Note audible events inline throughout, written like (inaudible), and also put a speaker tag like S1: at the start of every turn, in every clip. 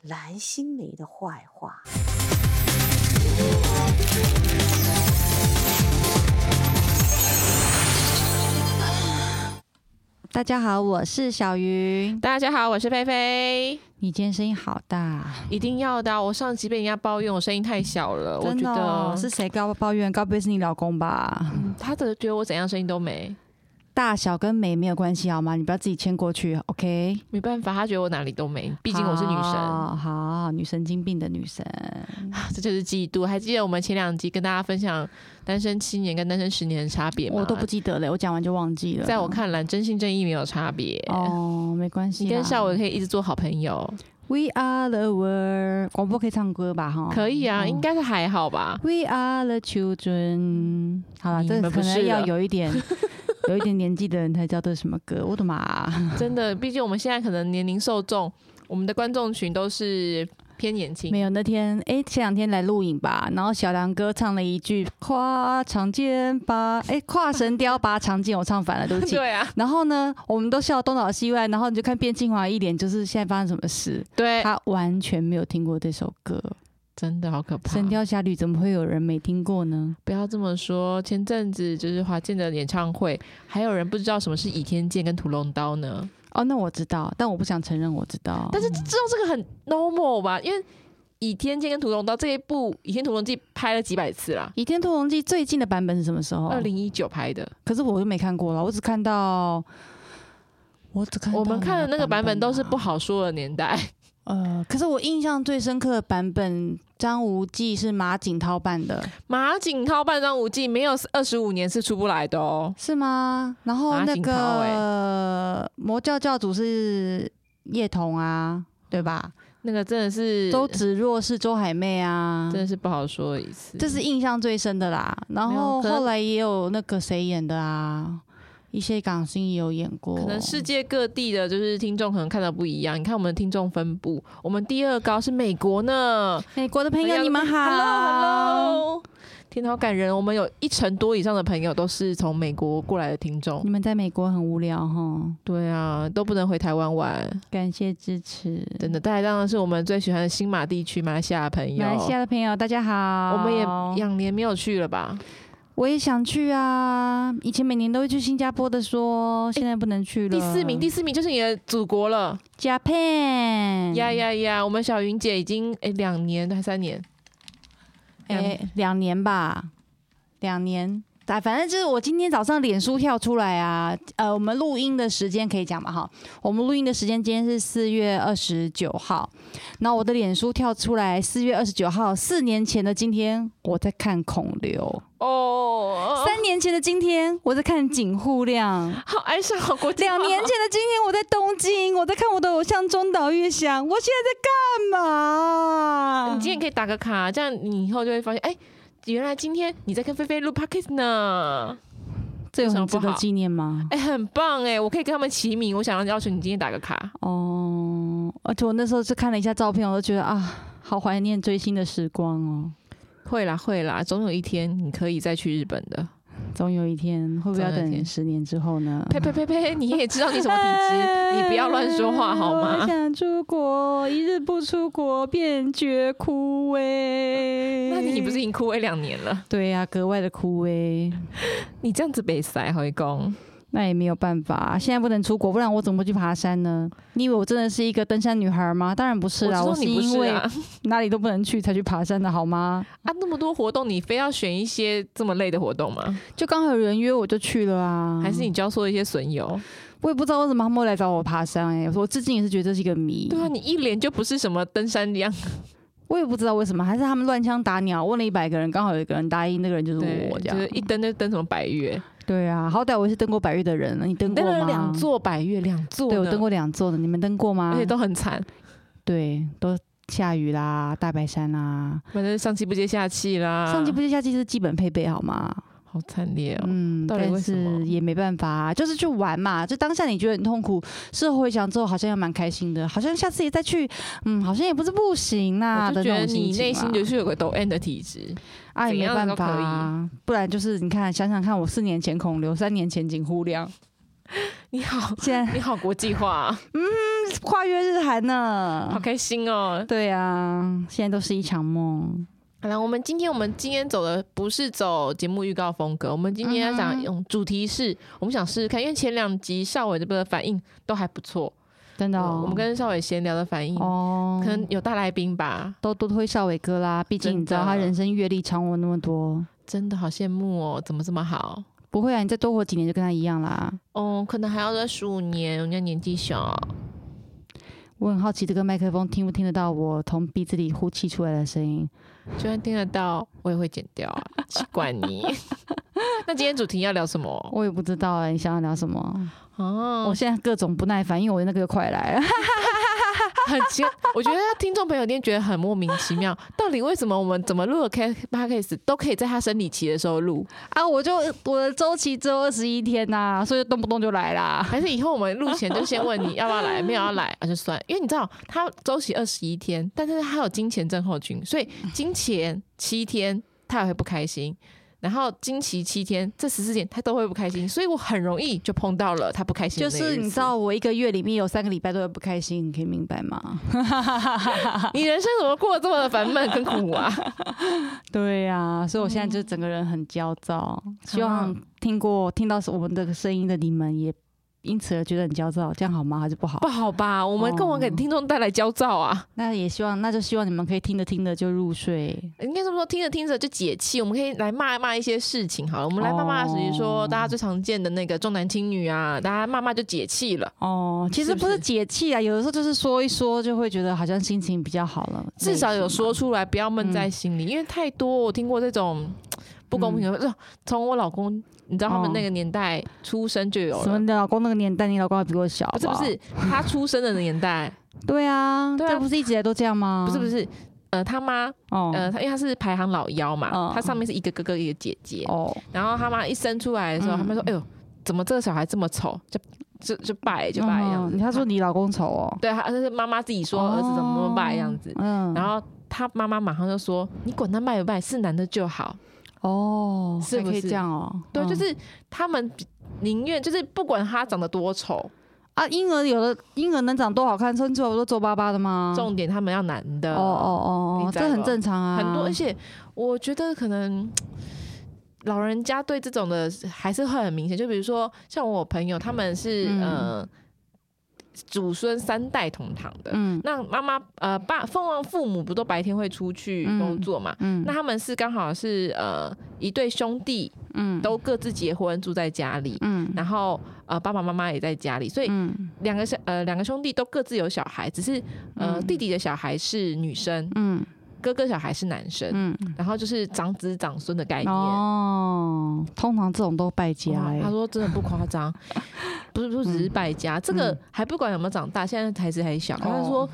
S1: 蓝心湄的坏话。
S2: 大家好，我是小云。
S3: 大家好，我是菲菲。
S2: 你今天声音好大，
S3: 一定要的啊，我上期被人家抱怨我声音太小了，呃我
S2: 真
S3: 觉
S2: 的哦、
S3: 得
S2: 是谁高抱怨？该不会是你老公吧？
S3: 他的觉得我怎样声音都没，
S2: 大小跟美没有关系好吗？你不要自己牵过去，OK？
S3: 没办法，他觉得我哪里都没，毕竟我是女神，
S2: 好，好女神经病的女神。
S3: (laughs) 这就是嫉妒。还记得我们前两集跟大家分享单身七年跟单身十年的差别吗？
S2: 我都不，记得了，我讲完就忘记了。
S3: 在我看来，真心真意没有差别。
S2: 哦，没关系啦。
S3: 你跟孝伟可以一直做好朋友，
S2: We are the world，广播可以唱歌吧？哈，
S3: 可以啊，
S2: 嗯
S3: 应该是还好吧。
S2: (laughs) We are the children。好了，
S3: 你
S2: 这
S3: 们
S2: 可
S3: 不
S2: 能
S3: 是啊
S2: 要
S3: 了
S2: 有一点。有一点年纪的人才知道这是什么歌，我的妈、
S3: 真的，毕竟我们现在可能年龄受众，我们的观众群都是偏年轻。
S2: 没有那天，哎、前两天来录影吧，然后小梁哥唱了一句“跨长剑拔”，哎、跨神雕拔长剑，我唱反了，对不起。
S3: 对啊，
S2: 然后呢，我们都笑东倒西歪，然后你就看卞庆华一脸就是现在发生什么事，
S3: (laughs) 对，啊
S2: 他完全没有听过这首歌，
S3: 真的好可怕。
S2: 《神雕侠侣》怎么会有人没听过呢？
S3: 不要这么说。前阵子就是华健的演唱会，还有人不知道什么是倚天剑跟屠龙刀呢。
S2: 哦，那我知道，但我不想承认我知道。
S3: 但是知道这个很 normal 吧？因为倚天剑跟屠龙刀这一部《倚天屠龙记》拍了几百次啦，
S2: 《倚天屠龙记》最近的版本是什么时候？
S3: 二零一九拍的。
S2: 可是我就没看过了，我只看到，我只看到
S3: 我们看的那个版本都是
S2: 不。
S3: 不好说的年代，
S2: 呃，可是我印象最深刻的版本，张无忌是马景涛扮的，
S3: 马景涛扮张无忌没有二十五年是出不来的哦。
S2: 是吗？然后
S3: 马
S2: 那
S3: 景涛哎
S2: 个、魔教教主是叶童啊，对吧？
S3: 那个真的是
S2: 周芷若是周海媚啊
S3: 真，的是不好说的一次。
S2: 这是印象最深的啦。然
S3: 没有
S2: 后
S3: 可能
S2: 后来也有那个谁演的啊，一些港星也有演过，
S3: 可能世界各地的，就是听众可能看的不一样。你看我们的听众分布，我们第二高是美国呢。
S2: 美国的朋
S3: 哎
S2: 友
S3: 呀
S2: 你们好
S3: Hello，Hello，天哪，好感人！我们有一成多以上的朋友都是从美国过来的听众。
S2: 你们在美国很无聊哈，
S3: 对啊，都不能回台湾玩，
S2: 感谢支持。
S3: 真的。大家当然是我们最喜欢的新马地区，马来西亚的朋友。
S2: 马来西亚的朋友，大家好！
S3: 我们也两年没有去了吧？
S2: 我也想去啊！以前每年都会去新加坡的说，现在不能去了。
S3: 第四名，第四名就是你的祖国了，
S2: Japan，
S3: 呀呀呀！我们小云姐已经诶两、年还三年，
S2: 哎，两年吧，两年。啊，反正就是我今天早上脸书跳出来啊，呃，我们录音的时间可以讲嘛哈，我们录音的时间今天是四月二十九号，然后我的脸书跳出来四月二十九号，四年前的今天我在看孔刘，
S3: 哦，
S2: 三年前的今天我在看井户亮，
S3: 好哀伤，好国际化
S2: 两年前的今天，我在东京，我在看我的偶像中岛裕翔。我现在在干嘛？
S3: 你今天可以打个卡，这样你以后就会发现，哎、原来今天你在跟菲菲录 podcast 呢，
S2: 这有
S3: 有什
S2: 很
S3: 么
S2: 值
S3: 不
S2: 得
S3: 好
S2: 纪念吗？
S3: 哎、很棒哎、我可以跟他们齐名，我想要要求你今天打个卡，
S2: 哦，而且我那时候是看了一下照片，我都觉得啊，好怀念追星的时光哦。
S3: 会啦会啦，总有一天你可以再去日本的。
S2: 总有一天，会不会要
S3: 总有一
S2: 等
S3: 天
S2: 十年之后呢？
S3: 呸呸呸呸，你也知道你什么体质，你不要乱说话好
S2: 我
S3: 吗？
S2: 想出国，一日不出国便觉枯萎。
S3: 那你不是已经枯萎两年了？
S2: 对呀、格外的枯萎。
S3: 你这样子被塞回宫，
S2: 那也没有办法，现在不能出国，不然我怎么会去爬山呢？你以为我真的是一个登山女孩吗？当然不是啦，
S3: 我
S2: 我
S3: 知道你不
S2: 因
S3: 是
S2: 为
S3: 啊，
S2: 哪里都不能去才去爬山的好吗？
S3: 啊那么多活动，你非要选一些这么累的活动吗？
S2: 就刚好有人约我就去了啊，
S3: 还是你教唆一些损友？
S2: 我也不知道为什么他们会来找我爬山哎、我至今也是觉得这是一个谜，
S3: 对啊，你一脸就不是什么登山样
S2: 我也不知道为什么，还是他们乱枪打鸟，问了一百个人，刚好有一个人答应，那个人就是
S3: 对，
S2: 我这样
S3: 就是，一登就登什么百月，
S2: 对啊，好歹我也是登过百日的人，你登过
S3: 登
S2: 吗？
S3: 了两，座百月，两座，啊
S2: 对我登，过两座的，你们登过吗？
S3: 而且都很惨。
S2: 对，都下雨啦、大白山啊啦，
S3: 反正上气不接下气啦，
S2: 上气不接下气是基本配备好吗？
S3: 好惨烈哦。
S2: 嗯，
S3: 到底为
S2: 但
S3: 什么
S2: 是也没办法、啊，就是去玩嘛。就当下你觉得很痛苦，事后回想之后好像也蛮开心的，好像下次也再去，嗯，好像也不是不行啦
S3: 我
S2: 嗯
S3: 就
S2: 的
S3: 觉得
S2: 那种心
S3: 你内
S2: 情啊
S3: 心
S2: 啦
S3: 就是有个抖 N 的体质，
S2: 啊，也
S3: 怎
S2: 没
S3: 样
S2: 办
S3: 都
S2: 法、
S3: 可以
S2: 啊，不然就是你看，想想看，我四年前孔刘，三年前景忽
S3: (laughs)
S2: 亮，
S3: 你
S2: (laughs)
S3: 好，
S2: 现在
S3: 你好国际化啊，
S2: 跨越日韩
S3: 好
S2: 呢。
S3: 开心哦。
S2: 对啊，现在都是一场梦。
S3: 好了，我们今天我们今天走的不是走节目预告风格，我们今天
S2: 嗯
S3: 要讲
S2: 哼
S3: 用主题是，我们想试试看，因为前两集少伟这边的反应都还不错，
S2: 真的、哦
S3: 我们跟少伟闲聊的反应，
S2: 哦，
S3: 可能有大来宾吧，
S2: 都多推少伟哥啦，毕竟你知道
S3: 真的
S2: 他人生阅历长我那么多。
S3: 真的好羡慕哦，怎么这么好？
S2: 不会啊，你再多活几年就跟他一样啦。
S3: 哦，可能还要再十五年，人家年纪小。
S2: 我很好奇这个麦克风听不听得到我从鼻子里呼气出来的声音。
S3: 就算听得到，我也会剪
S2: (laughs)
S3: 掉啊，奇怪你。那今天主题要聊什么？
S2: 我也不知道哎、你想要聊什么？
S3: 哦，
S2: 我现在各种不耐烦，因为我那个又快来 (laughs) 了。
S3: 很奇，我觉得听众朋友一定觉得很莫名其
S2: (laughs)
S3: 妙，到底为什么我们怎么录的 K p o d c a s 都可以在他生理期的时候录？
S2: 啊，我就我的周期只有二十一天呐、所以动不动就来啦。
S3: 还是以后我们录前就先问你要不要来，没有要来那、就算，因为你知道他周期二十一天，但是他有金钱症候群，所以金钱七天他也会不开心。然后经期七天，这十四天他都会不开心，所以我很容易就碰到了他不开心
S2: 就
S3: 的那个
S2: 是
S3: 日
S2: 你
S3: 子
S2: 知道，我一个月里面有三个礼拜都会不开心，你可以明白吗？
S3: (laughs) 你人生怎么过得这么烦闷跟苦啊？
S2: 对呀、所以我现在就整个人很焦躁。希望
S3: 啊
S2: 听过听到我们的声音的你们也因此而觉得很焦躁，这样好吗？还是不好
S3: (laughs) 不？好吧？我们干嘛给听众带来焦躁啊？
S2: 那也希望，那就希望你们可以听着听着就入睡。
S3: 应该这么说，听着听着就解气。我们可以来骂一骂一些事情好了，我们来骂骂，比如说
S2: 哦
S3: 大家最常见的那个重男轻女啊，大家骂骂就解气了。
S2: 哦，其实
S3: 是不
S2: 不
S3: 是
S2: 是解气啊，有的时候就是说一说，就会觉得好像心情比较好了。
S3: 至少有
S2: 类
S3: 说
S2: 似
S3: 出来，不要闷在心里，因为太多我听过这种不公平的。从我老公，你知道他们那个年代出生就有
S2: 嘛什么，
S3: 了，
S2: 你老公那个年代，你老公还比我小，
S3: 不是不
S2: 好好
S3: 是？他出生的年代，
S2: 对啊，
S3: 对啊
S2: 这不是一直以来都这样吗？
S3: 不是不，是，呃，他妈，
S2: 哦、
S3: 呃，他因为他是排行老幺嘛
S2: 嗯，
S3: 他上面是一个哥哥一个姐姐，
S2: 哦，
S3: 然后他妈一生出来的时候，
S2: 嗯
S3: 他们说：“哎呦，怎么这个小孩这么丑？就就就败就败这样
S2: 嗯
S3: 子。
S2: 他说你老公丑哦，
S3: 对，他是妈妈自己说
S2: 哦
S3: 儿子怎么那么败这样子。
S2: 嗯，
S3: 然后他妈妈马上就说：“你管他败不败，是男的就好。
S2: 哦，
S3: 是
S2: 还
S3: 不
S2: 可以
S3: 是
S2: 这样哦？
S3: 对，
S2: 嗯
S3: 就是他们宁愿就是不管他长得多丑，
S2: 啊，婴儿有的婴儿能长多好看，生出来不都皱巴巴的吗？
S3: 重点他们要男的。
S2: 嗯哦哦哦
S3: 你
S2: 哦，
S3: 知道
S2: 这很
S3: 吧
S2: 正常啊，
S3: 很多，而且我觉得可能老人家对这种的还是会很明显。就比如说像我朋友，他们是、
S2: 嗯
S3: 呃祖孙三代同堂的，
S2: 嗯
S3: 那妈妈呃爸凤凰父母不都白天会出去工作嘛？
S2: 嗯
S3: 那他们是刚好是呃一对兄弟
S2: 嗯
S3: 都各自结婚住在家里，
S2: 嗯
S3: 然后呃爸爸妈妈也在家里，所以
S2: 嗯
S3: 两个小呃两个兄弟都各自有小孩，只是呃
S2: 嗯
S3: 弟弟的小孩是女生，
S2: 嗯
S3: 哥哥小孩是男生，
S2: 嗯，
S3: 然后就是长子长孙的概念。
S2: 哦，通常这种都败家
S3: 哇
S2: 哎
S3: 哦他，说真的不夸张，不是不是只是败家，这个
S2: 嗯
S3: 还不管有没有长大，现在孩子还小。他
S2: 哦
S3: 说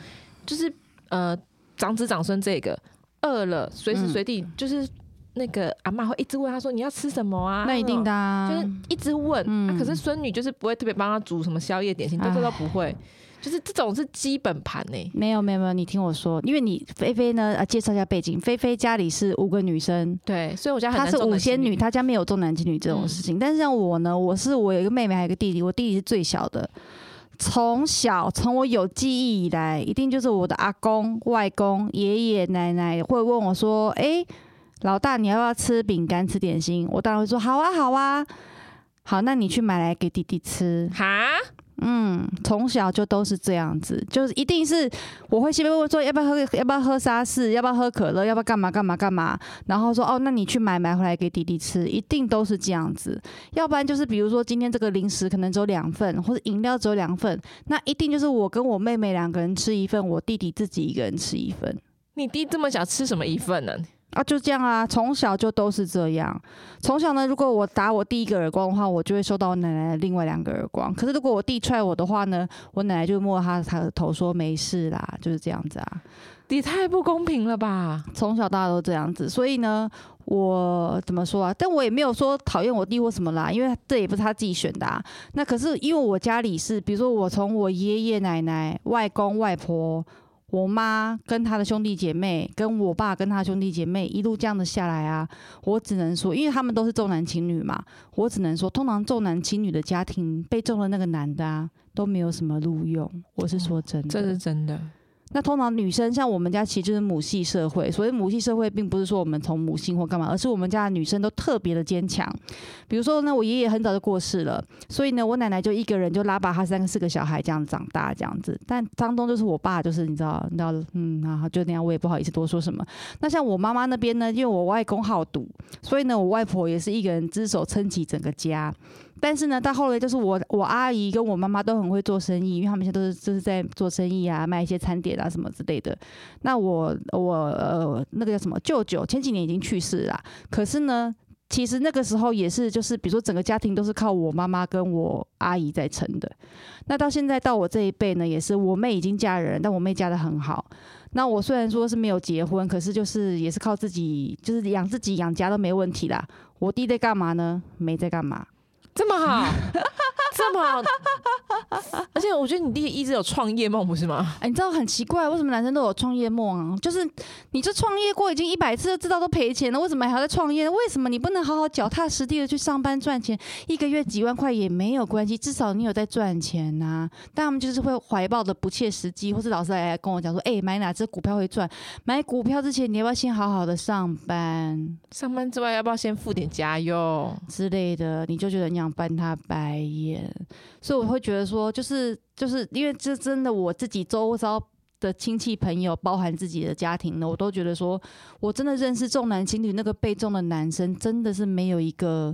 S3: 就是呃，长子长孙这个饿了，随
S2: 嗯
S3: 时随地就是那个阿嬷会一直问他说你要吃什么啊？
S2: 那一定的啊，
S3: 就是一直问。
S2: 嗯
S3: 啊可是孙女就是不会特别帮他煮什么宵夜点心，这这都不会，就是这种是基本盘呢、
S2: 没有没有没有，你听我说，因为你菲菲呢，呃，介绍一下背景，菲菲家里是五个女生，
S3: 对，所以我家很
S2: 她
S3: 难
S2: 是
S3: 重
S2: 五
S3: 男轻嗯
S2: 仙女，，她家没有重男轻女这种事情。但是像我呢，我是我有一个妹妹，还有一个弟弟，我弟弟是最小的。从小从我有记忆以来，一定就是我的阿公、外公、爷爷奶奶会问我说：“诶，老大，你要不要吃饼干、吃点心？”我当然会说：“好啊，好啊，好，那你去买来给弟弟吃。”
S3: 哈，
S2: 嗯，从小就都是这样子，就是一定是我会先被问说要不要喝，要不要喝沙士，要不要喝可乐，要不要干嘛干嘛干嘛，然后说哦，那你去买买回来给弟弟吃，一定都是这样子。要不然就是比如说今天这个零食可能只有两份，或者饮料只有两份，那一定就是我跟我妹妹两个人吃一份，我弟弟自己一个人吃一份。
S3: 你弟这么小吃什么一份呢、
S2: 啊，就这样啊，从小就都是这样。从小呢，如果我打我第一个耳光的话，我就会收到我奶奶的另外两个耳光。可是如果我弟踹我的话呢，我奶奶就摸他他的头说没事啦，就是这样子啊。
S3: 也太不公平了吧？
S2: 从小到大都这样子，所以呢，我怎么说啊？但我也没有说讨厌我弟或什么啦，因为这也不是他自己选的、啊。那可是因为我家里是，比如说我从我爷爷奶奶、外公外婆、我妈跟他的兄弟姐妹，跟我爸跟他的兄弟姐妹一路这样子下来啊，我只能说，因为他们都是重男轻女嘛，我只能说，通常重男轻女的家庭被中的那个男的啊，都没有什么录用。我是说真的，
S3: 这是真的。
S2: 那通常女生像我们家其实就是母系社会，所以母系社会并不是说我们从母性或干嘛，而是我们家的女生都特别的坚强。比如说呢，我爷爷很早就过世了，所以呢，我奶奶就一个人就拉拔他三个四个小孩这样长大这样子。但当中就是我爸，就是你知道，你知道，嗯，然后就那样，我也不好意思多说什么。那像我妈妈那边呢，因为我外公好赌，所以呢，我外婆也是一个人只手撑起整个家。但是呢，到后来就是我我阿姨跟我妈妈都很会做生意，因为他们现在都是就是在做生意啊，卖一些餐点啊什么之类的。那我我呃那个叫什么舅舅，前几年已经去世了啊，可是呢。其实那个时候也是，就是比如说整个家庭都是靠我妈妈跟我阿姨在撑的。那到现在到我这一辈呢，也是我妹已经嫁人，但我妹嫁的很好。那我虽然说是没有结婚，可是就是也是靠自己，就是养自己养家都没问题啦。我弟在干嘛呢？没在干嘛。
S3: 这么
S2: (laughs)
S3: 好，这么好， (laughs) 而且我觉得你弟一直有创业梦，不是吗？
S2: 哎、你知道很奇怪，为什么男生都有创业梦啊？就是你这创业过已经一百次，知道都赔钱了，为什么还要再创业呢？为什么你不能好好脚踏实地的去上班赚钱？一个月几万块也没有关系，至少你有在赚钱呐、但他们就是会怀抱的不切实际，或是老师来跟我讲说，哎、买哪只股票会赚？买股票之前你要不要先好好的上班
S3: 上班之外，要不要先付点家用？
S2: 之类的？你就觉得你想翻他白眼，所以我会觉得说，就是就是因为这真的我自己周遭的亲戚朋友，包含自己的家庭呢，我都觉得说，我真的认识重男轻女那个被重的男生，真的是没有一个。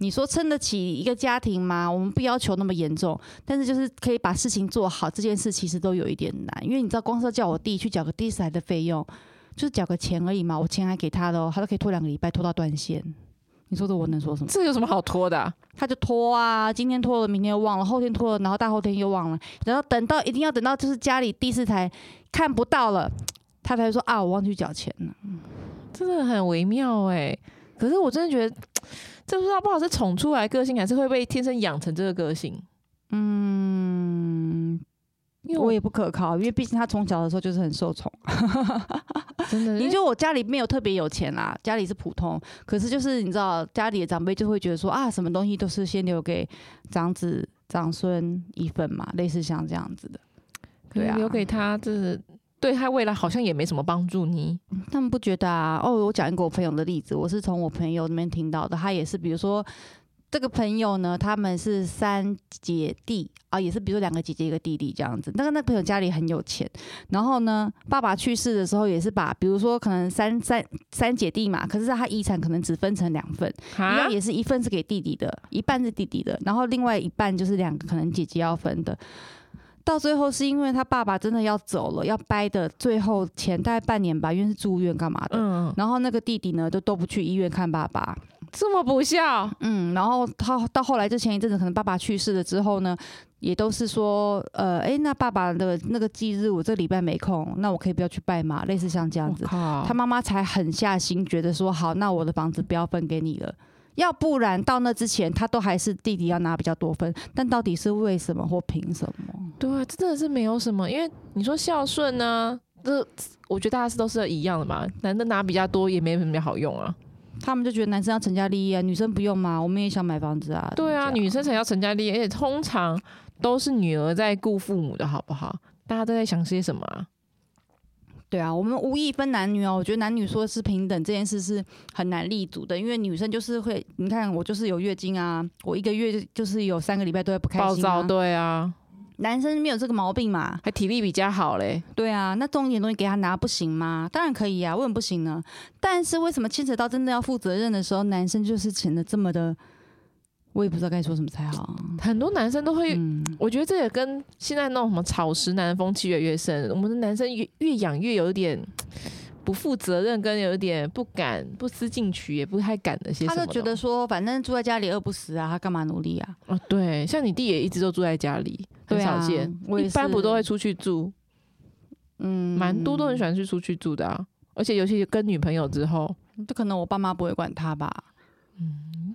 S2: 你说撑得起一个家庭吗？我们不要求那么严重，但是就是可以把事情做好，这件事其实都有一点难，因为你知道，光是要叫我弟去缴个第四台的费用，就是缴个钱而已嘛，我钱还给他的哦，他都可以拖两个礼拜，拖到断线。你说这我能说什么？
S3: 这有什么好拖的啊、
S2: 他就拖啊，今天拖了，明天又忘了，后天拖了，然后大后天又忘了，然后等到一定要等到就是家里第四台看不到了，他才说啊，我忘记缴钱了。
S3: 真的很微妙哎、可是我真的觉得，嗯这不知道不知道是宠出来个性，还是会被天生养成这个个性。
S2: 嗯，
S3: 因为
S2: 我也不可靠，因为毕竟他从小的时候就是很受宠。
S3: 真的，因
S2: 你
S3: 为
S2: 就我家里没有特别有钱啦，家里是普通，可是就是你知道，家里的长辈就会觉得说啊，什么东西都是先留给长子长孙一份嘛，类似像这样子的。
S3: 可
S2: 对
S3: 能
S2: 啊
S3: 留给他，就是对他未来好像也没什么帮助你。
S2: 他们不觉得啊？哦，我讲一个我朋友的例子，我是从我朋友那边听到的。他也是，比如说这个朋友呢，他们是三姐弟啊，也是比如说两个姐姐一个弟弟这样子。但是那朋友家里很有钱，然后呢，爸爸去世的时候也是把，比如说可能三三三姐弟嘛，可是他遗产可能只分成两份，一
S3: 哈
S2: 样，也是一份是给弟弟的，一半是弟弟的，然后另外一半就是两个可能姐姐要分的。到最后是因为他爸爸真的要走了，要掰的，最后前大概半年吧，因为是住院干嘛的。
S3: 嗯，
S2: 然后那个弟弟呢，就都不去医院看爸爸，
S3: 这么不孝，
S2: 嗯，然后他到后来，就前一阵子可能爸爸去世了之后呢，也都是说，呃，诶，那爸爸的那个忌日，我这礼拜没空，那我可以不要去拜嘛，类似像这样子
S3: 我。靠，
S2: 他妈妈才狠下心，觉得说好，那我的房子不要分给你了。要不然到那之前，他都还是弟弟要拿比较多分，但到底是为什么或凭什么？
S3: 对啊，这真的是没有什么，因为你说孝顺呢、这我觉得大家是都是一样的嘛，男的拿比较多也没什么好用啊。
S2: 他们就觉得男生要成家立业啊，女生不用嘛，我们也想买房子啊。
S3: 对
S2: 这
S3: 啊，
S2: 样
S3: 女生才要成家立业，而且通常都是女儿在顾父母的好不好？大家都在想些什么、啊？
S2: 对啊，我们无意分男女哦。我觉得男女说是平等这件事是很难立足的，因为女生就是会，你看我就是有月经啊，我一个月就就是有三个礼拜都会不开
S3: 暴
S2: 心、啊
S3: 躁，。对啊，
S2: 男生没有这个毛病嘛？
S3: 还体力比较好嘞，
S2: 对啊，那重一点东西给他拿不行吗？当然可以啊，为什么不行呢？但是为什么牵扯到真的要负责任的时候，男生就是显得这么的，我也不知道该说什么才好。
S3: 很多男生都会。
S2: 嗯，
S3: 我觉得这也跟现在那种什么草食男的风气越来越盛，我们的男生越越养越有一点不负责任，跟有一点不敢、不思进取，也不太敢的些什
S2: 他
S3: 么的。
S2: 就觉得说，反正住在家里饿不死啊，他干嘛努力啊？
S3: 啊，对，像你弟也一直都住在家里，很
S2: 对
S3: 少
S2: 啊
S3: 见，
S2: 我也
S3: 一般不
S2: 是
S3: 都会出去住。
S2: 嗯
S3: 蛮多都很喜欢去出去住的啊。而且尤其跟女朋友之后，
S2: 这可能我爸妈不会管他吧。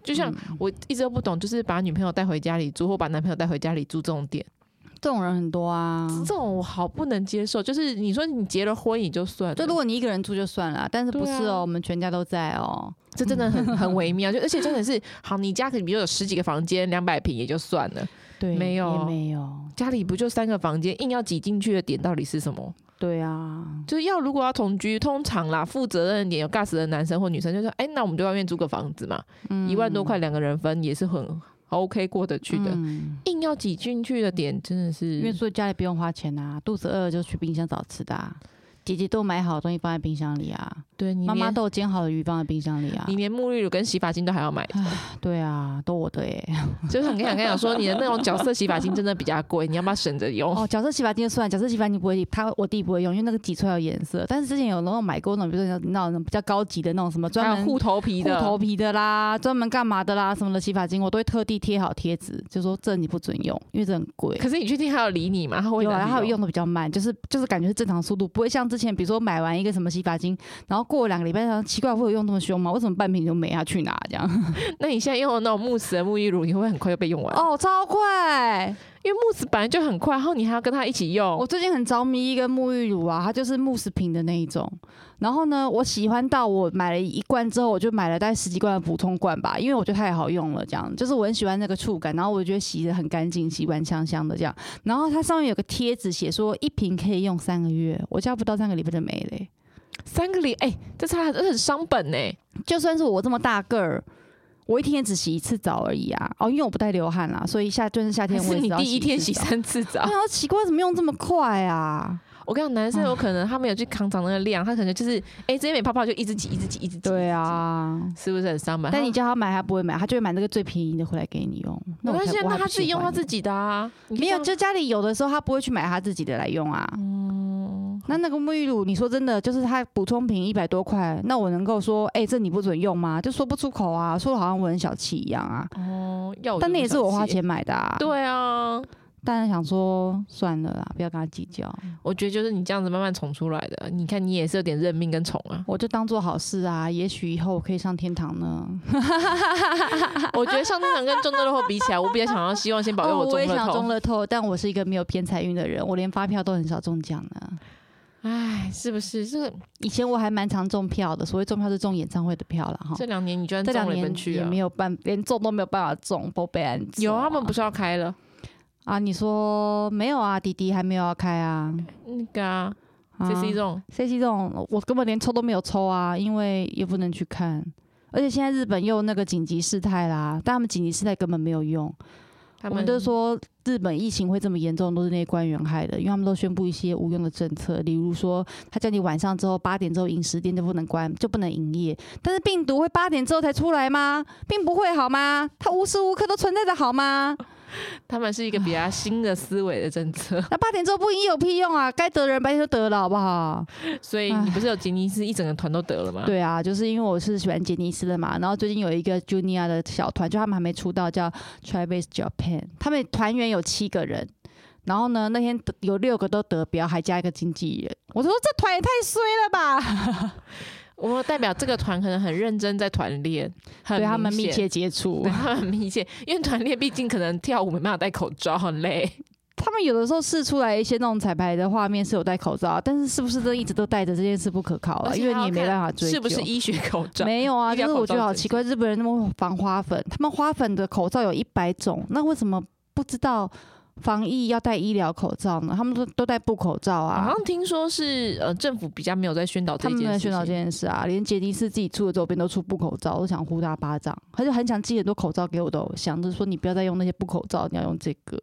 S3: 就像
S2: 嗯
S3: 我一直都不懂，就是把女朋友带回家里住，或把男朋友带回家里住这种点，
S2: 这种人很多啊。
S3: 这种我好不能接受。就是你说你结了婚也就算了，
S2: 就如果你一个人住就算了啊，但是不
S3: 对啊
S2: 是哦，我们全家都在哦。
S3: 这真的很很微妙。就而且真的是，好，你家可能比如有十几个房间，两百平也就算了，
S2: 对
S3: 没有
S2: 也没有，
S3: 家里不就三个房间，硬要挤进去的点到底是什么？
S2: 对啊，
S3: 就是要如果要同居，通常啦，负责任一点有 gas 的男生或女生就说，哎、那我们就外面租个房子嘛，
S2: 嗯
S3: 一、万多块两个人分也是很 OK 过得去的。
S2: 嗯
S3: 硬要挤进去的点真的是
S2: 因为住家里不用花钱啊，肚子饿了就去冰箱找吃的啊，姐姐都买好的东西放在冰箱里啊，
S3: 对你
S2: 妈妈
S3: 连
S2: 都有煎好的鱼放在冰箱里啊
S3: 你，连沐浴乳跟洗发精都还要买， (laughs)
S2: 对啊，都我的耶。
S3: 就是很跟想跟你讲说，你的那种角色洗发精真的比较贵，你要不要省着用？
S2: 哦，角色洗发精就算，角色洗发精不会，他我弟不会用，因为那个挤出来有颜色。但是之前有那种买过那种，比如说那种比较高级的那种什么专
S3: 还
S2: 门
S3: 有护头皮的，
S2: 护头皮的啦，专门干嘛的啦，什么的洗发精，我都会特地贴好贴纸，就说这你不准用，因为这很贵。
S3: 可是你确定他有理你吗？他会
S2: 有
S3: 拿
S2: 啊，
S3: 你
S2: 它有用的比较慢，就是就是感觉是正常速度，不会像之前，比如说买完一个什么洗发精，然后过两个礼拜，然后奇怪我有用这么凶吗？为什么半瓶就没啊？去哪这样？
S3: 那你现在用的那种慕斯的沐浴乳，你会不会很快就被用完，
S2: (laughs) 哦，超快！
S3: 因为慕斯本来就很快，然后你还要跟它一起用。
S2: 我最近很着迷一个沐浴乳啊，它就是慕斯瓶的那一种。然后呢，我喜欢到我买了一罐之后，我就买了大概十几罐的补充罐吧，因为我觉得太好用了。这样就是我很喜欢那个触感，然后我觉得洗的很干净，洗完香香的这样。然后它上面有个贴纸写说一瓶可以用三个月，我家不到三个礼拜就没了欸、
S3: 三个礼，哎、这差这很伤本呢、
S2: 就算是我这么大个儿。我一天也只洗一次澡而已啊！哦，因为我不带流汗啦，所以夏就是夏天
S3: 还
S2: 我
S3: 是
S2: 也只
S3: 你
S2: 要
S3: 第一天洗
S2: 次澡。
S3: 三次澡
S2: 哎？呀，奇怪，怎么用这么快啊？
S3: (laughs) 我跟你讲，男生有可能他没有去扛长那个量，他可能就是哎、这边没泡泡就一直挤，一直挤，一直挤，
S2: 对啊，
S3: 是不是很伤本？
S2: 但你
S3: 他
S2: 叫他买，他不会买，他就会买那个最便宜的回来给你用。
S3: 没
S2: 我
S3: 关
S2: 才
S3: 系啊，
S2: 我还
S3: 那
S2: 不
S3: 他自己
S2: 喜
S3: 用
S2: 欢
S3: 他自己的啊，你
S2: 没有，
S3: 这样
S2: 就家里有的时候他不会去买他自己的来用啊。
S3: 哦
S2: 那那个沐浴乳，你说真的，就是它补充品一百多块，那我能够说，哎、这你不准用吗？就说不出口啊，说的好像我很小气一样啊。
S3: 哦，要
S2: 但那也是我花
S3: 小气。
S2: 钱买的啊。，
S3: 对啊，
S2: 但是想说算了啦，不要跟他计较，
S3: 我觉得就是你这样子慢慢宠出来的，你看你也是有点认命跟宠
S2: (laughs)
S3: 啊。
S2: 我就当做好事啊。也许以后我可以上天堂呢。
S3: 我觉得上天堂跟中乐透比起来，我比较想要希望 (laughs) 先保佑
S2: 哦，
S3: 中
S2: 我也
S3: 乐
S2: 想中
S3: 透。
S2: 乐透，但我是一个没有偏财运的人，我连发票都很少中奖呢。
S3: 哎、是不是？这
S2: 以前我还蛮常中票的，所谓中票是中演唱会的票了哈
S3: 这。两年你居然
S2: 这
S3: 中
S2: 两
S3: 了一
S2: 年
S3: 本去
S2: 也
S3: 啊
S2: 没？有办，连中都没有办法中，不被安中
S3: 有，
S2: 啊
S3: 他们不是要开了
S2: 啊？你说没有啊？滴滴还没有要开啊？
S3: 那个啊
S2: 啊
S3: C C 中
S2: C C 这种，我根本连抽都没有抽啊，因为也不能去看，而且现在日本又那个紧急事态啦，但他们紧急事态根本没有用，
S3: 他
S2: 我们都说日本疫情会这么严重，都是那些官员害的，因为他们都宣布一些无用的政策，例如说他叫你晚上之后八点之后饮食店就不能关，就不能营业。但是病毒会八点之后才出来吗？并不会好吗？它无时无刻都存在着好吗？
S3: 他们是一个比较新的思维的政策，
S2: (laughs) 那八点之后不营业有屁用啊？该得的人白天就得了，好不好？
S3: 所以你不是有吉尼斯一整个团都得了吗？
S2: 对啊，就是因为我是喜欢杰尼斯的嘛，然后最近有一个 Junior 的小团，就他们还没出道，叫 Travis Japan，他们团员有七个人。然后呢，那天得有六个都得标，还加一个经纪人。我说这团也太衰了吧！
S3: 我们代表这个团可能很认真在团练， (laughs) 很
S2: 对他们
S3: 明
S2: 密
S3: 显
S2: 切接触
S3: (laughs) 对，他们很密切，因为团练毕竟可能跳舞没办法戴口罩，
S2: (laughs)
S3: 很累。
S2: 他们有的时候试出来一些那种彩排的画面是有戴口罩，但是是不是都一直都戴着这件事不可考
S3: 而
S2: 啊？
S3: 且
S2: 因为
S3: 还
S2: 你
S3: 要
S2: 也没
S3: 看
S2: 办法追究
S3: 是不是医学口罩？
S2: 没有啊，
S3: 医疗
S2: 就是
S3: 口
S2: 我觉得
S3: 罩
S2: 好
S3: 这
S2: 奇怪，日本人那么防花粉，他们花粉的口罩有一百种，那为什么不知道防疫要戴医疗口罩呢？他们都都戴布口罩
S3: 好
S2: 啊。
S3: 像听说是呃，政府比较没有在宣导这
S2: 他们
S3: 件事
S2: 在
S3: 情。
S2: 宣导这件事啊，连杰尼斯自己出的周边都出布口罩，我都想呼他巴掌。他就很想寄很多口罩给我的偶像，就是说你不要再用那些布口罩，你要用这 (laughs) 个。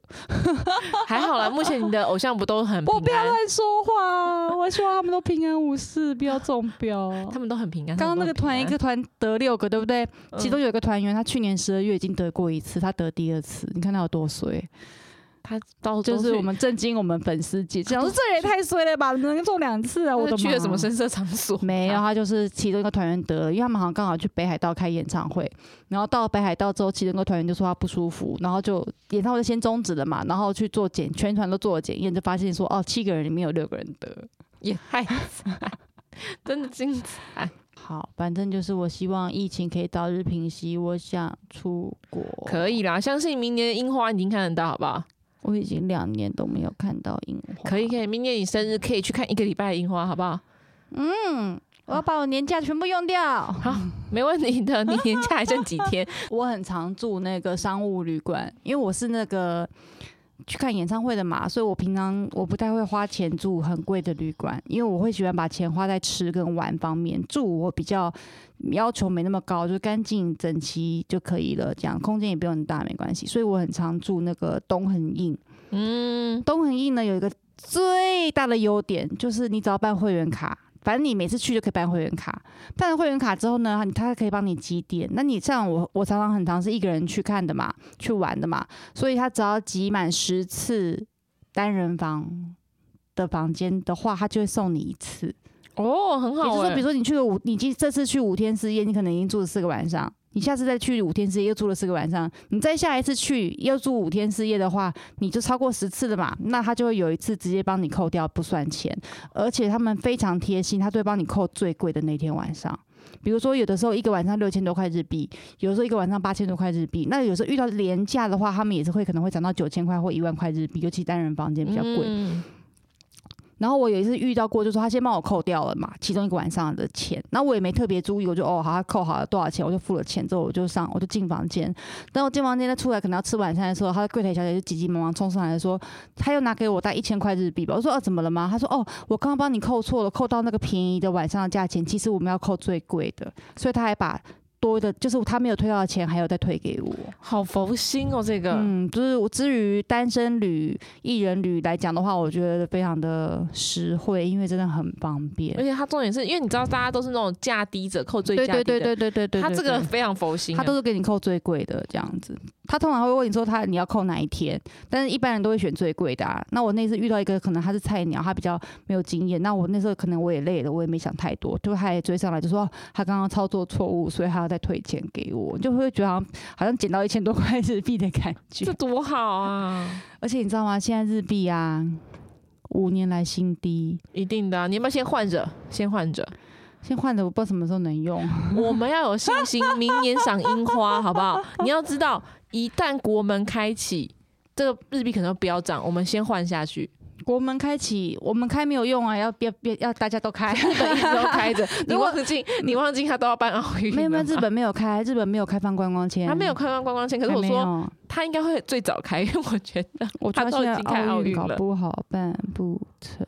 S3: 还好啦，目前你的偶像不都很
S2: (laughs) 我
S3: 平
S2: 不要
S3: 安？
S2: 乱说话，啊我希望他们都平安无事，不要中标。 (laughs)
S3: 他们都很平安。
S2: 刚刚那个
S3: 他们都很
S2: 团一
S3: 平
S2: 个团得六个，对不对？
S3: 安
S2: 其中有一个团员，他去年十二月已经得过一次，他得第二次，你看他有多衰，
S3: 嗯他到
S2: 就是我们震惊我们粉丝
S3: (laughs)
S2: 界，这样说这也太衰了吧，能中两次啊！
S3: 我
S2: 我的
S3: 去了
S2: 妈
S3: 什么？深色场
S2: (laughs)
S3: 所？
S2: 没有，，他就是其中一个团员得了，因为他们好像刚好去北海道开演唱会，然后到北海道之后，其中一个团员就说他不舒服，然后就演唱会就先终止了嘛，然后去做检，全团都做了检验，就发现说哦，七个人里面有六个人得，
S3: (laughs) 也太惨，真的精
S2: (laughs)
S3: 彩。
S2: 好，反正就是我希望疫情可以早日平息，我想出国。
S3: 可以啦，相信明年的樱花你已经看得到，好不好？
S2: 我已经两年都没有看到樱花。
S3: 可以，可以，明年你生日可以去看一个礼拜的樱花，好不好？
S2: 嗯，我要把我年假全部用掉。
S3: 好，没问题的。你年假还剩几天？ (laughs)
S2: 我很常住那个商务旅馆，因为我是那个去看演唱会的嘛，所以我平常我不太会花钱住很贵的旅馆，因为我会喜欢把钱花在吃跟玩方面。住我比较要求没那么高，就干净整齐就可以了，这样空间也不用很大，没关系。所以我很常住那个东恒印。
S3: 嗯，
S2: 东恒印呢有一个最大的优点，就是你只要办会员卡，反正你每次去就可以办会员卡。办了会员卡之后呢，他可以帮你积点。那你像我，我常常很常是一个人去看的嘛，去玩的嘛，所以他只要集满十次单人房。的房间的话，他就会送你一次。
S3: 哦，很
S2: 也
S3: 好、
S2: 就是
S3: 欸。
S2: 说，比如说你去了五，你今这次去五天四夜，你可能已经住了四个晚上，你下次再去五天四夜又住了四个晚上，你再下一次去又住五天四夜的话，你就超过十次了嘛，那他就会有一次直接帮你扣掉不算钱，而且他们非常贴心，他都会帮你扣最贵的那天晚上。比如说，有的时候一个晚上六千多块日币，有的时候一个晚上八千多块日币。那有时候遇到廉价的话，他们也是会可能会涨到九千块或一万块日币，尤其单人房间比较贵。
S3: 嗯
S2: 然后我有一次遇到过，就是他先帮我扣掉了嘛，其中一个晚上的钱，那我也没特别注意，我就哦好，他扣好了多少钱，我就付了钱之后，我就上我就进房间，等我哦进房间再出来，可能要吃晚餐的时候，他的柜台小姐就急急忙忙冲上来说，他又拿给我带一千块日币吧，我说哦怎么了吗？他说哦我刚刚帮你扣错了，扣到那个便宜的晚上的价钱，其实我们要扣最贵的，所以他还把。多的，就是他没有退到的钱，还有再退给我。
S3: 好佛心哦，这个。
S2: 嗯，就是我至于单身旅、一人旅来讲的话，我觉得非常的实惠，因为真的很方便
S3: 而。且它重点是因为你知道，大家都是那种价低者扣最
S2: 对
S3: 价低
S2: 对
S3: 的，
S2: 对对对对对，
S3: 他
S2: 对
S3: 这个
S2: 对
S3: 非常佛心啊、
S2: 他都是给你扣最贵的这样子。他通常会问你说他你要扣哪一天，但是一般人都会选最贵的、啊。那我那次遇到一个可能他是菜鸟，他比较没有经验，那我那时候可能我也累了，我也没想太多，就他也追上来就说哦他刚刚操作错误，所以他要再退钱给我，就会觉得好像好像捡到一千多块日币的感觉
S3: 这。多好啊！
S2: 而且你知道吗？现在日币啊，五年来新低，
S3: 一定的啊、你要不要先换着？先
S2: (laughs)
S3: 换着，
S2: 先换的我不知道什么时候能用。 (laughs)
S3: 我们要有信心，明年赏樱花，好不好？你要知道，一旦国门开启，这个日币可能会飙涨，我们先换
S2: (laughs)
S3: 下去。
S2: 国门开启，我们开没有用啊，要别别要大家都
S3: (laughs)
S2: 开。
S3: 日本一直都开着，你
S2: (laughs) 如果
S3: 忘记你忘记他都要办奥运了吗，
S2: 没有没有，日本没有开，日本没有开放观光签，
S3: 他没有开放观光签，可
S2: 还
S3: 是
S2: 没有。
S3: 我说他应该会最早开，因 (laughs) 为我觉得
S2: 我觉
S3: 他
S2: 得
S3: 都
S2: 现在
S3: 已经开奥
S2: 运
S3: 运
S2: 搞
S3: 了，
S2: 不好办不成，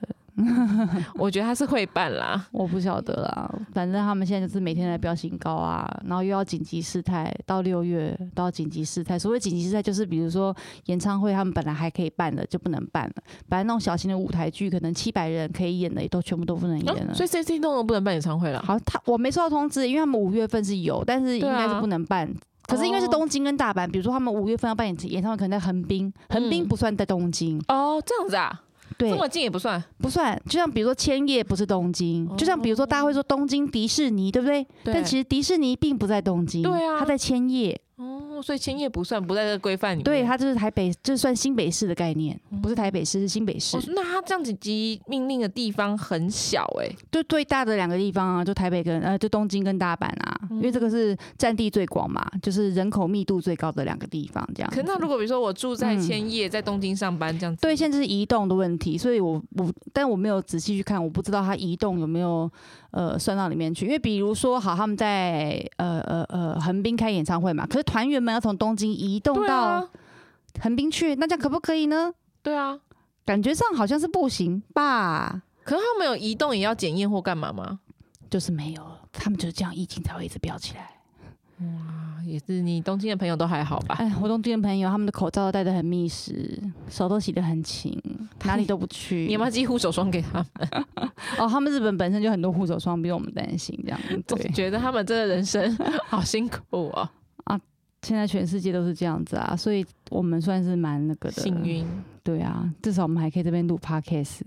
S3: 我觉得他是会办啦。
S2: 我不晓得啦。反正他们现在就是每天来标新高啊，然后又要紧急事态，到六月都要紧急事态。所谓紧急事态，就是比如说演唱会，他们本来还可以办的，就不能办了。本来那种小型的舞台剧，可能七百人可以演的，也都全部都不能演了。
S3: 啊所以 C C 弄了不能办演唱会了。
S2: 好，他我没收到通知，因为他们五月份是有，但是应
S3: 对啊
S2: 该是不能办。可是因为是
S3: 哦
S2: 东京跟大阪，比如说他们五月份要办演演唱会，可能在横滨，横滨
S3: 嗯
S2: 不算在东京，
S3: 哦，这样子啊，这
S2: 对，
S3: 么近也不算。
S2: 不算。就像比如说千叶不是东京，
S3: 哦
S2: 就像比如说大家会说东京迪士尼，对不对？
S3: 对
S2: 但其实迪士尼并不在东京，
S3: 对啊
S2: 它在千叶，
S3: 哦，所以千叶不算，不在这个规范里面。嗯
S2: 对，它就是台北，这算新北市的概念，不是台北市，是新北市
S3: 哦，。那他这样子级命令的地方很小哎、
S2: 就最大的两个地方啊，就台北跟呃，就东京跟大阪啊，因为这
S3: 嗯
S2: 个是占地最广嘛，就是人口密度最高的两个地方，这样
S3: 可
S2: 子。
S3: 是那如果比如说我住在千叶，在东京上班这样子，
S2: 嗯对，现在是移动的问题，所以我我但我没有仔细去看，我不知道它移动有没有呃算到里面去。因为比如说，好，他们在呃呃呃横滨开演唱会嘛，可是团员们要从东京移动
S3: 对
S2: 到
S3: 啊，
S2: 横滨去，那这样可不可以呢？
S3: 对啊。
S2: 感觉上好像是不行吧，
S3: 可是他们有移动也要检验或干嘛吗？
S2: 就是没有，他们就是这样疫情才会一直飙起来。
S3: 啊，也是你东京的朋友都还好吧？
S2: 哎，活动间的朋友，他们的口罩都戴得很密实，手都洗得很勤，哪里都不去。
S3: 你有没有寄护手霜给他们？
S2: 哦，他们日本本身就很多护手霜，不用我们担心这样。
S3: 我
S2: (laughs) 对，
S3: 觉得他们真的人生 (laughs) 好辛苦哦，
S2: 现在全世界都是这样子啊，所以我们算是蛮那个的
S3: 幸。运
S2: 对啊，至少我们还可以这边录 podcast，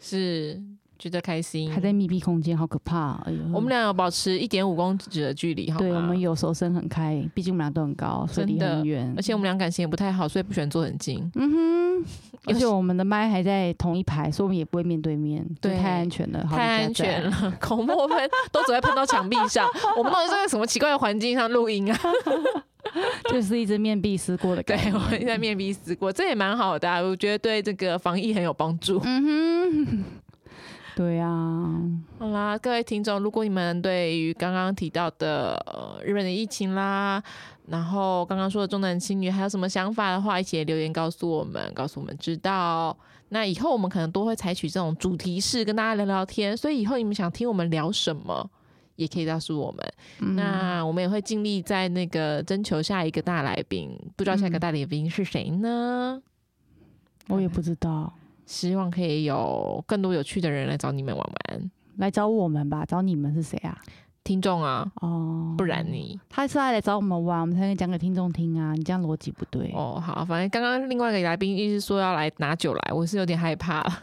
S3: 是觉得开心。
S2: 还在密闭空间，好可怕！哎呦，
S3: 我们俩有保持一点五公尺的距离，好吗？
S2: 对我们有手伸很开，毕竟我们俩都很高，所以
S3: 真
S2: 离
S3: 的
S2: 很远
S3: 而。且我们俩感情也不太好，所以不喜欢坐很近。
S2: 嗯哼，(laughs)
S3: 而
S2: 而
S3: 且
S2: 且我们的麦还在同一排，所以我们也不会面对面，就
S3: 对
S2: 太安全了，好
S3: 太安全。
S2: 离家在
S3: 了， (laughs) 恐怖喷都只会喷到墙壁上。我们到底在什么奇怪的环境上录音啊？
S2: (laughs)
S3: (laughs)
S2: 就是一直面壁思过的
S3: 对
S2: 感觉。，
S3: 我 (laughs) 们在面壁思过，这也蛮好的、啊，我觉得对这个防疫很有帮助。
S2: 嗯哼，对啊，
S3: 好啦，各位听众，如果你们对于刚刚提到的、呃、日本的疫情啦，然后刚刚说的重男轻女，还有什么想法的话，一起留言告诉我们，告诉我们知道。那以后我们可能都会采取这种主题式跟大家聊聊天，所以以后你们想听我们聊什么，也可以告诉我们。
S2: 嗯
S3: 那我们也会尽力在那个征求下一个大来宾，不知道下一个大来宾是谁呢？
S2: 我也不知道，
S3: 希望可以有更多有趣的人来找你们玩玩，
S2: 来找我们吧，找你们是谁啊？
S3: 听众啊，
S2: 哦，
S3: 不然你、
S2: 他是来找我们玩，我们才能讲给听众听啊。你这样逻辑不对。
S3: 哦好，反正刚刚另外一个来宾一直说要来拿酒来，我是有点害怕了。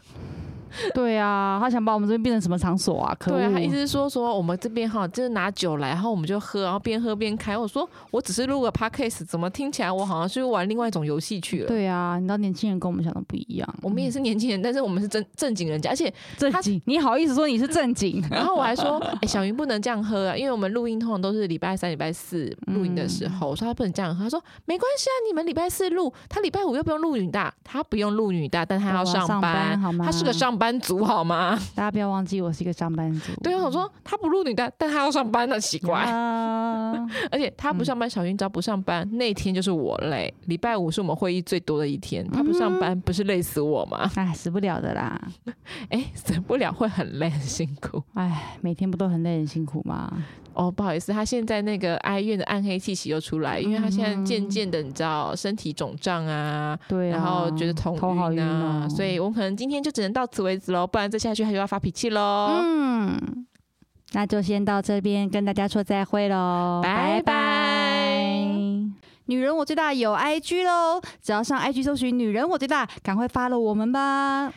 S2: 对啊，他想把我们这边变成什么场所啊？ (laughs) 可恶！
S3: 对啊，他一直说说我们这边哈，就是拿酒来，然后我们就喝，然后边喝边开。我说我只是录个 podcast，怎么听起来我好像去玩另外一种游戏去
S2: (laughs)
S3: 了？
S2: 对啊，你知道年轻人跟我们想的不一样。嗯
S3: 我们也是年轻人，但是我们是正正经人家，而
S2: (laughs)
S3: 且
S2: 正
S3: 他
S2: 经，你好意思说你是正经？ (laughs)
S3: 然后我还说，哎、小云不能这样喝啊，因为我们录音通常都是礼拜三、礼拜四
S2: 嗯
S3: 录音的时候，我说他不能这样喝。他说没关系啊，你们礼拜四录，他礼拜五又不用录女大，他不用录女大，但他要
S2: 对啊
S3: 上
S2: 上班好吗
S3: 他是个上班族好吗？
S2: 大家不要忘记，我是一个上班族。
S3: 对，我
S2: 嗯
S3: 想说他不录女大，但他要上班呢，奇怪。
S2: 啊，
S3: 而且他不上班，小云只要不上班，那天就是我累。礼拜五是我们会议最多的一天，他不
S2: 嗯
S3: 上班不是累死我
S2: (laughs)
S3: 吗？
S2: 哎，死不了的啦。
S3: 哎、死不了会很累很辛苦。
S2: 哎，每天不都很累很辛苦吗？
S3: 哦，不好意思，他现在那个哀怨的暗黑气息又出来，因为他现在渐渐的，你知道身体肿胀啊，
S2: 嗯对啊，
S3: 然后觉得头
S2: 头好
S3: 晕
S2: 晕
S3: 啊，
S2: 哦
S3: 所以我们可能今天就只能到此为止喽，不然再下去他就要发脾气喽。
S2: 嗯，那就先到这边跟大家说再会喽，
S3: 拜拜
S2: 拜女人我最大有 IG 喽，只要上 IG 搜寻“女人我最大”，赶快 follow 我们吧。